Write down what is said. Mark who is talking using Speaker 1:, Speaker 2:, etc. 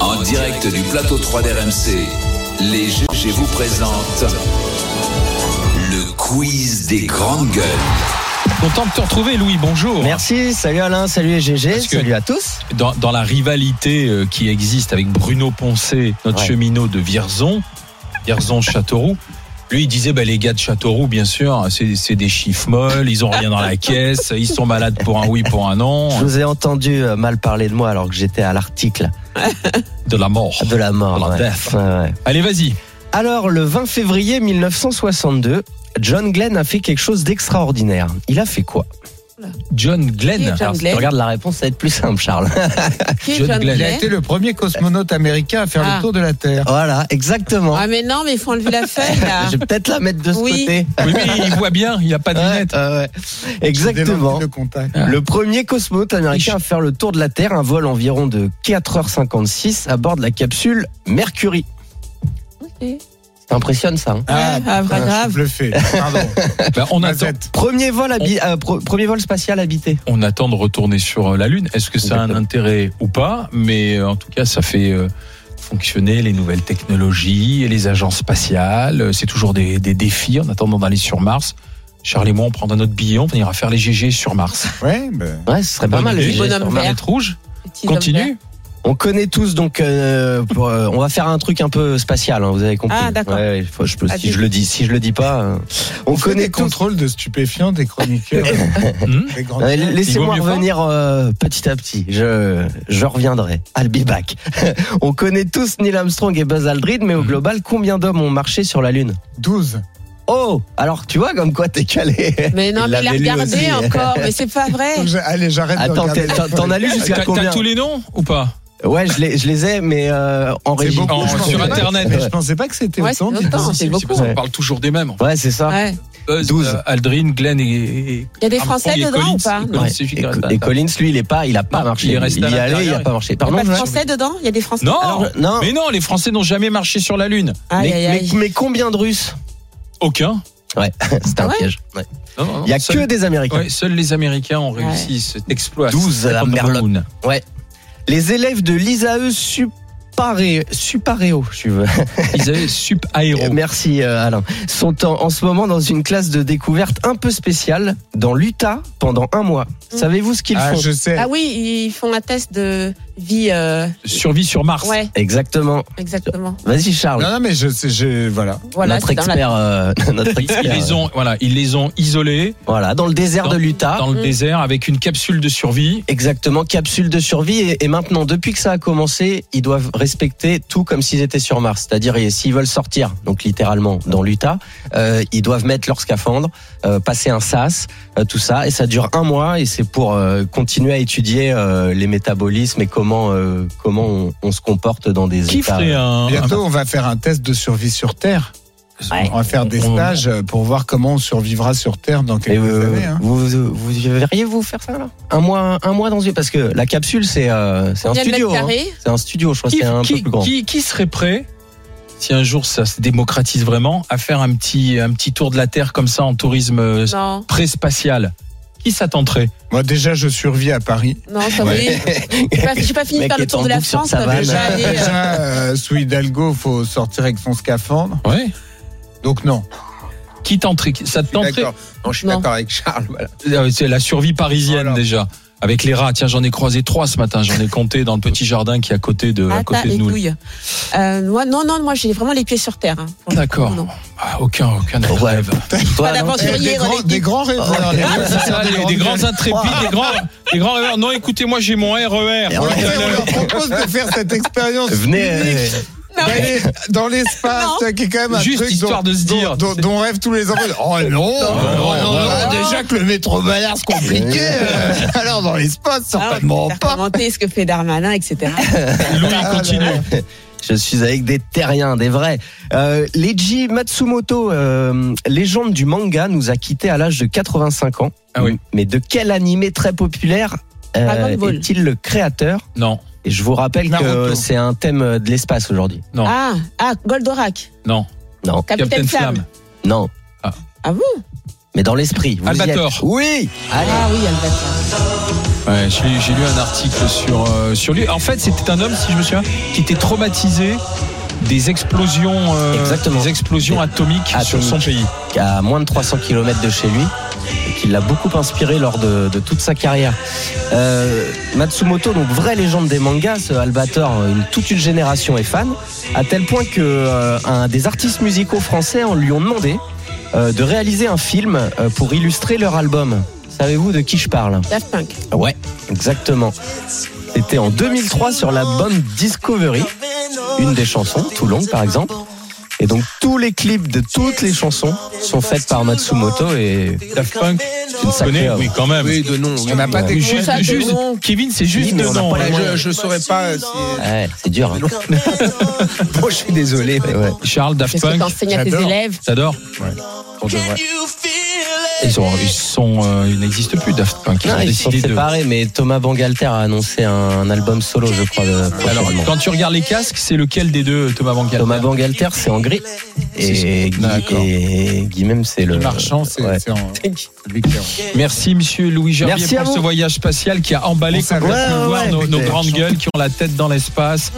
Speaker 1: En direct du plateau 3 d'RMC, les GG vous présentent le quiz des grandes gueules.
Speaker 2: Content de te retrouver, Louis. Bonjour.
Speaker 3: Merci, salut Alain, salut les GG,
Speaker 2: Parce que-
Speaker 3: salut à tous.
Speaker 2: Dans, dans la rivalité euh, qui existe avec Bruno Poncé, notre
Speaker 3: Ouais.
Speaker 2: cheminot de Vierzon, Vierzon-Châteauroux, lui, il disait bah, les gars de Châteauroux, bien sûr, hein, c'est c'est des chiffres molles, ils ont rien dans la caisse, ils sont malades pour un oui, pour un non,
Speaker 3: Je vous ai entendu euh, mal parler de moi alors que j'étais à l'article
Speaker 2: de la mort.
Speaker 3: de Oh, la mort.
Speaker 2: La
Speaker 3: ouais.
Speaker 2: death.
Speaker 3: Ouais, ouais.
Speaker 2: Allez, vas-y.
Speaker 3: Alors, le 20 février 1962, John Glenn a fait quelque chose d'extraordinaire. Il a fait quoi
Speaker 2: John
Speaker 4: Qui
Speaker 2: Glenn. Ah,
Speaker 4: est John
Speaker 3: Alors, si
Speaker 4: Glenn
Speaker 3: tu regardes la réponse, ça va être plus simple, Charles.
Speaker 4: Qui est
Speaker 2: John
Speaker 4: John
Speaker 2: Glenn.
Speaker 5: Il a
Speaker 4: Glenn
Speaker 5: été le premier cosmonaute américain à faire
Speaker 4: Ah.
Speaker 5: le tour de la Terre.
Speaker 3: voilà, exactement.
Speaker 4: Ah mais non, mais il faut enlever la feuille là.
Speaker 3: Je vais peut-être la mettre de ce
Speaker 4: Oui.
Speaker 3: côté.
Speaker 2: Oui, mais il voit bien, il n'a pas de
Speaker 3: Ouais,
Speaker 2: lunettes.
Speaker 3: ouais, ouais.
Speaker 5: Des lentilles
Speaker 3: Exactement.
Speaker 5: De contact.
Speaker 3: Le premier cosmonaute américain à faire le tour de la Terre, un vol environ de 4h56 à bord de la capsule Mercury.
Speaker 4: Ouais,
Speaker 3: Ça impressionne ça. hein
Speaker 4: Ah, pas grave.
Speaker 5: Je le fais. Pardon.
Speaker 2: Bah, on, attend,
Speaker 5: Mazette.
Speaker 3: Premier vol, habi- euh, pro- premier vol spatial habité.
Speaker 2: on attend de retourner sur euh, la Lune. Est-ce que ça a un
Speaker 3: Exactement.
Speaker 2: intérêt ou pas Mais euh, en tout cas, ça fait euh, fonctionner les nouvelles technologies et les agences spatiales. Euh, C'est toujours des, des défis en attendant d'aller sur Mars. Charles et moi, on prendra notre billet, on ira faire les GG sur Mars.
Speaker 5: Ouais, ben,
Speaker 3: Ouais, ce serait Ah, pas
Speaker 2: Bonne
Speaker 3: mal. le
Speaker 2: idée.
Speaker 3: sujet
Speaker 4: Bonhomme
Speaker 3: sur Mars.
Speaker 4: vert.
Speaker 2: Planète rouge,
Speaker 4: Petit homme
Speaker 2: continue.
Speaker 3: On connaît tous, donc euh, pour, euh, on va faire un truc un peu spatial. hein, vous avez compris.
Speaker 4: Ah, d'accord.
Speaker 3: Ouais, ouais, faut- je peux-
Speaker 4: Ah,
Speaker 3: si
Speaker 4: dis-
Speaker 3: je le dis, si je le dis pas, euh, on,
Speaker 5: on fait
Speaker 3: connaît
Speaker 5: des
Speaker 3: tous.
Speaker 5: contrôles de stupéfiants des chroniqueurs.
Speaker 2: Hmm
Speaker 5: des grandes
Speaker 3: Euh,
Speaker 5: gueules.
Speaker 3: Laissez-moi
Speaker 2: Il vaut mieux
Speaker 3: revenir euh, petit à petit. Je, je reviendrai. I'll be back. on connaît tous Neil Armstrong et Buzz Aldrin, mais au
Speaker 2: Mhm.
Speaker 3: global, combien d'hommes ont marché sur la Lune
Speaker 5: 12.
Speaker 3: Oh, alors tu vois comme quoi t'es calé.
Speaker 4: Mais non,
Speaker 3: Il
Speaker 4: mais il a
Speaker 3: l'avait lu
Speaker 4: regardé
Speaker 3: aussi.
Speaker 4: encore, mais c'est pas vrai.
Speaker 5: Donc, j'ai- Allez, j'arrête de
Speaker 3: Attends,
Speaker 5: regarder.
Speaker 3: t'es- t'en t'en as lu
Speaker 2: T'as-
Speaker 3: jusqu'à
Speaker 2: T'as
Speaker 3: combien
Speaker 2: tous les noms ou pas
Speaker 3: Ouais, je les, je les ai, mais euh, en
Speaker 5: C'est
Speaker 3: régie.
Speaker 5: beaucoup,
Speaker 2: En-
Speaker 5: je pensais
Speaker 2: sur
Speaker 5: pas.
Speaker 2: Internet.
Speaker 5: Mais je pensais pas que c'était
Speaker 4: Ouais,
Speaker 5: autant.
Speaker 4: c'est
Speaker 5: dis donc.
Speaker 4: autant. c'est
Speaker 2: Si, si,
Speaker 4: beaucoup.
Speaker 2: parce qu'on
Speaker 3: Ouais.
Speaker 2: parle toujours des mêmes.
Speaker 3: Ouais, c'est ça. Ah,
Speaker 4: Ouais.
Speaker 2: Buzz,
Speaker 3: 12.
Speaker 2: euh, Aldrin, Glenn et- et.
Speaker 4: Il y a des
Speaker 2: Armstrong
Speaker 4: Français
Speaker 2: et
Speaker 4: dedans
Speaker 2: Collins.
Speaker 4: ou pas
Speaker 2: Et
Speaker 4: Non.
Speaker 2: Collins,
Speaker 3: Ouais.
Speaker 2: c'est
Speaker 3: Et,
Speaker 2: Fidel.
Speaker 3: et Collins, lui, il est pas, il a pas
Speaker 2: Non,
Speaker 3: marché.
Speaker 2: il est
Speaker 3: Il,
Speaker 2: resté à
Speaker 3: y est
Speaker 2: l'intérieur,
Speaker 3: allé, il a
Speaker 2: ouais.
Speaker 3: pas marché.
Speaker 4: Il y
Speaker 3: Pardon.
Speaker 4: a pas de
Speaker 3: Jean-
Speaker 4: Français dedans Il y a des Français
Speaker 2: Non.
Speaker 3: Alors, non.
Speaker 2: Mais non, les Français n'ont jamais marché sur la Lune.
Speaker 4: Aïe,
Speaker 3: mais,
Speaker 4: aïe,
Speaker 3: mais-
Speaker 4: aïe.
Speaker 3: mais combien de Russes
Speaker 2: Aucun.
Speaker 3: C'était
Speaker 4: Ah
Speaker 3: un
Speaker 4: ouais
Speaker 3: piège. Ouais.
Speaker 2: Non, non, non,
Speaker 3: Il y a
Speaker 2: seul-
Speaker 3: que des Américains.
Speaker 2: Ouais, seuls les Américains ont réussi cet exploit.
Speaker 3: 12 à la
Speaker 2: Comme
Speaker 3: merlotte.
Speaker 2: Moon.
Speaker 3: Les élèves de l'ISAE Supare- Supareo, je veux.
Speaker 2: Ils avaient sup aéro.
Speaker 3: Merci euh, Alain. Sont en, en ce moment dans une classe de découverte un peu spéciale dans l'Utah pendant un mois.
Speaker 4: Mm.
Speaker 3: Savez-vous ce qu'ils
Speaker 5: Ah,
Speaker 3: font
Speaker 5: je sais.
Speaker 4: Ah oui, ils font un test de vie. euh,
Speaker 2: Survie sur Mars.
Speaker 4: Ouais,
Speaker 3: Exactement.
Speaker 4: exactement.
Speaker 3: Vas-y Charles.
Speaker 5: Non, non, mais je sais. je- Voilà.
Speaker 4: Voilà,
Speaker 3: notre
Speaker 4: c'est dans la-
Speaker 3: expert, euh, notre
Speaker 2: Ils, ils
Speaker 3: expert.
Speaker 2: les ont, voilà, ils les ont isolés
Speaker 3: Voilà, dans le désert
Speaker 2: Dans-
Speaker 3: de l'Utah.
Speaker 2: dans le
Speaker 4: Mm.
Speaker 2: désert avec une capsule de survie.
Speaker 3: Exactement, capsule de survie. Et, et maintenant, depuis que ça a commencé, ils doivent respecter tout comme s'ils étaient sur Mars. C'est-à-dire, et s'ils veulent sortir, donc littéralement dans l'Utah, euh, ils doivent mettre leur scaphandre, euh, passer un SAS, euh, tout ça. Et ça dure un mois. Et c'est pour euh, continuer à étudier euh, les métabolismes et comment euh, comment on, on se comporte dans des
Speaker 2: Qui
Speaker 3: états.
Speaker 2: ferait un.
Speaker 5: Bientôt, on va faire un test de survie sur Terre.
Speaker 3: ah. Ouais. Oh.
Speaker 5: On va faire des
Speaker 2: On-
Speaker 5: stages euh, pour voir comment on survivra sur Terre dans
Speaker 3: euh, Et
Speaker 5: quelques
Speaker 3: vous,
Speaker 5: années. hein.
Speaker 3: vous, vous, verriez vous faire ça là Un mois, un mois dans une parce que la capsule c'est euh, c'est un
Speaker 4: Combien de mètres
Speaker 3: studio. hein.
Speaker 4: carrés
Speaker 3: C'est un studio, je crois. que
Speaker 2: Qui,
Speaker 3: C'est un peu
Speaker 2: qui,
Speaker 3: plus grand.
Speaker 2: qui- qui serait prêt, si un jour ça se démocratise vraiment, à faire un petit, un petit tour de la Terre comme ça en tourisme euh,
Speaker 3: hein.
Speaker 4: Non,
Speaker 2: pré-spatial Qui s'attenterait
Speaker 5: Moi, déjà, je survis à Paris.
Speaker 4: non, ça oui. J'ai pas, j'ai pas fini de
Speaker 3: Mec
Speaker 4: faire le
Speaker 3: est en
Speaker 4: tour de la
Speaker 3: boucle sur
Speaker 4: France.
Speaker 3: sa
Speaker 4: ça
Speaker 3: vanne.
Speaker 4: va déjà aller, euh,
Speaker 5: Déjà, euh, sous Hidalgo, faut sortir avec son scaphandre.
Speaker 2: Ouais.
Speaker 5: Donc non.
Speaker 2: Qui tenterait Ça te
Speaker 5: Je suis
Speaker 2: tenterait
Speaker 5: d'accord. Non, je suis
Speaker 4: Non.
Speaker 5: d'accord avec Charles. voilà.
Speaker 2: Euh, C'est la survie parisienne
Speaker 5: Voilà.
Speaker 2: déjà. Avec les rats, tiens, j'en ai croisé trois ce matin. J'en ai compté dans le petit jardin qui est à côté de, à
Speaker 4: Ah, t'as
Speaker 2: côté de
Speaker 4: les
Speaker 2: nous.
Speaker 4: couilles. Euh, moi, non, non, moi j'ai vraiment les pieds sur terre. hein.
Speaker 2: D'accord.
Speaker 4: Non.
Speaker 2: Ah, aucun, aucun
Speaker 3: Ouais.
Speaker 2: rêve.
Speaker 3: Toi,
Speaker 4: Pas
Speaker 3: non
Speaker 4: d'aventurier
Speaker 5: des,
Speaker 4: dans
Speaker 5: grands,
Speaker 4: l'équipe.
Speaker 5: des grands rêveurs. Ah, les grands
Speaker 2: C'est ça,
Speaker 5: rêveurs,
Speaker 2: Ah, les-
Speaker 5: grands
Speaker 2: des grands
Speaker 5: rêveurs.
Speaker 2: intrépides, des grands, des grands rêveurs. Non, écoutez-moi, j'ai mon E RER.
Speaker 3: Et
Speaker 2: Bon,
Speaker 3: ouais.
Speaker 2: tout à
Speaker 5: Et on
Speaker 2: l'heure.
Speaker 5: leur propose de faire cette expérience.
Speaker 3: Venez.
Speaker 5: unique
Speaker 3: euh,
Speaker 4: Non, mais-
Speaker 5: d'aller dans l'espace,
Speaker 4: Non.
Speaker 5: tu vois, qui est quand même un
Speaker 2: Juste
Speaker 5: truc
Speaker 2: histoire
Speaker 5: dont,
Speaker 2: de se dire.
Speaker 5: dont, dont- dont rêvent tous les enfants. Oh non, Ah,
Speaker 2: non,
Speaker 4: non.
Speaker 5: déjà que le métro Bayard c'est compliqué. euh, alors dans l'espace,
Speaker 4: Ah,
Speaker 5: certainement
Speaker 4: faire
Speaker 5: pas.
Speaker 4: commenter ce que fait Darmanin, etc.
Speaker 5: Ah,
Speaker 2: Louis continue.
Speaker 3: Je suis avec des terriens, des vrais. Euh, Leiji Matsumoto, euh, légende du manga, nous a quitté à l'âge de 85 ans.
Speaker 2: Ah oui.
Speaker 3: Mais de quel animé très populaire euh,
Speaker 4: Dragon Ball.
Speaker 3: est-il le créateur
Speaker 2: Non,
Speaker 3: Et je vous rappelle que
Speaker 5: Naruto.
Speaker 3: c'est un thème de l'espace aujourd'hui.
Speaker 2: Non.
Speaker 4: Ah, ah, Goldorak,
Speaker 2: non.
Speaker 3: Non,
Speaker 4: Capitaine,
Speaker 2: Captain
Speaker 4: Flamme.
Speaker 2: Flamme.
Speaker 3: non.
Speaker 4: Ah bon
Speaker 3: Mais dans l'esprit. Vous y êtes.
Speaker 2: Albator.
Speaker 3: Oui. Allez.
Speaker 4: Ah oui, Albatore.
Speaker 2: Ouais, j'ai j'ai lu un article sur, euh, sur lui. En fait, c'était un homme, si je me souviens, qui était traumatisé des explosions, euh,
Speaker 3: Exactement.
Speaker 2: des explosions
Speaker 3: Des-
Speaker 2: atomiques, sur son
Speaker 3: Atomique.
Speaker 2: pays.
Speaker 3: à moins de 300 km de chez lui et qui l'a beaucoup inspiré lors de, de toute sa carrière. Euh, Matsumoto, donc vraie légende des mangas, ce Albator, euh, une, toute une génération est fan, à tel point que euh, un des artistes musicaux français en lui ont demandé euh, de réaliser un film euh, pour illustrer leur album. Savez-vous de qui je parle
Speaker 4: Daft Punk.
Speaker 3: Ouais, exactement. C'était en 2003 sur l'album Discovery, une des chansons, Toulon par exemple. Et donc tous les clips de toutes les chansons sont faits par Matsumoto et
Speaker 2: Daft Punk, tu
Speaker 3: une
Speaker 2: le
Speaker 3: sacrée
Speaker 2: connais
Speaker 3: œuvre.
Speaker 2: Oui, quand même.
Speaker 5: Oui, de nom. On n'a pas
Speaker 2: Mais Euh,
Speaker 5: des
Speaker 2: juste-
Speaker 4: Ça, de
Speaker 2: juste-
Speaker 4: nom.
Speaker 2: Kevin, c'est juste
Speaker 3: Oui, mais
Speaker 2: de
Speaker 3: on n'a
Speaker 2: nom.
Speaker 3: pas
Speaker 2: hein.
Speaker 3: la-
Speaker 5: Ouais, je, je saurais pas. Si...
Speaker 3: Ouais, c'est dur. hein.
Speaker 5: Bon, je suis désolé. mais ouais.
Speaker 2: Charles, Daft
Speaker 4: Qu'est-ce que
Speaker 2: Punk,
Speaker 4: t'enseignes à tes
Speaker 5: j'adore.
Speaker 4: élèves
Speaker 2: t'adores
Speaker 3: Pour de vrai.
Speaker 2: Ils, sont, ils, sont, euh, ils n'existent plus, Daft Punk. Ils
Speaker 3: Non,
Speaker 2: ont
Speaker 3: ils sont
Speaker 2: décidé de.
Speaker 3: séparés, mais Thomas Bangalter a annoncé un album solo, je crois, de
Speaker 2: Alors,
Speaker 3: prochainement.
Speaker 2: quand tu regardes les casques, c'est lequel des deux, Thomas Bangalter
Speaker 3: Thomas Bangalter, c'est en gris. Et Guy,
Speaker 5: D'accord.
Speaker 3: et Guy même, c'est le.
Speaker 5: Le marchand, c'est
Speaker 3: Ouais.
Speaker 5: c'est en- lui qui est en-
Speaker 2: Merci Monsieur Louis Gerbier
Speaker 3: Merci à
Speaker 2: pour
Speaker 3: vous.
Speaker 2: ce voyage spatial qui a emballé
Speaker 5: On savait.
Speaker 2: complètement
Speaker 5: Ouais, ouais,
Speaker 2: voir
Speaker 5: ouais,
Speaker 2: nos, nos
Speaker 5: putain.
Speaker 2: grandes gueules qui ont la tête dans l'espace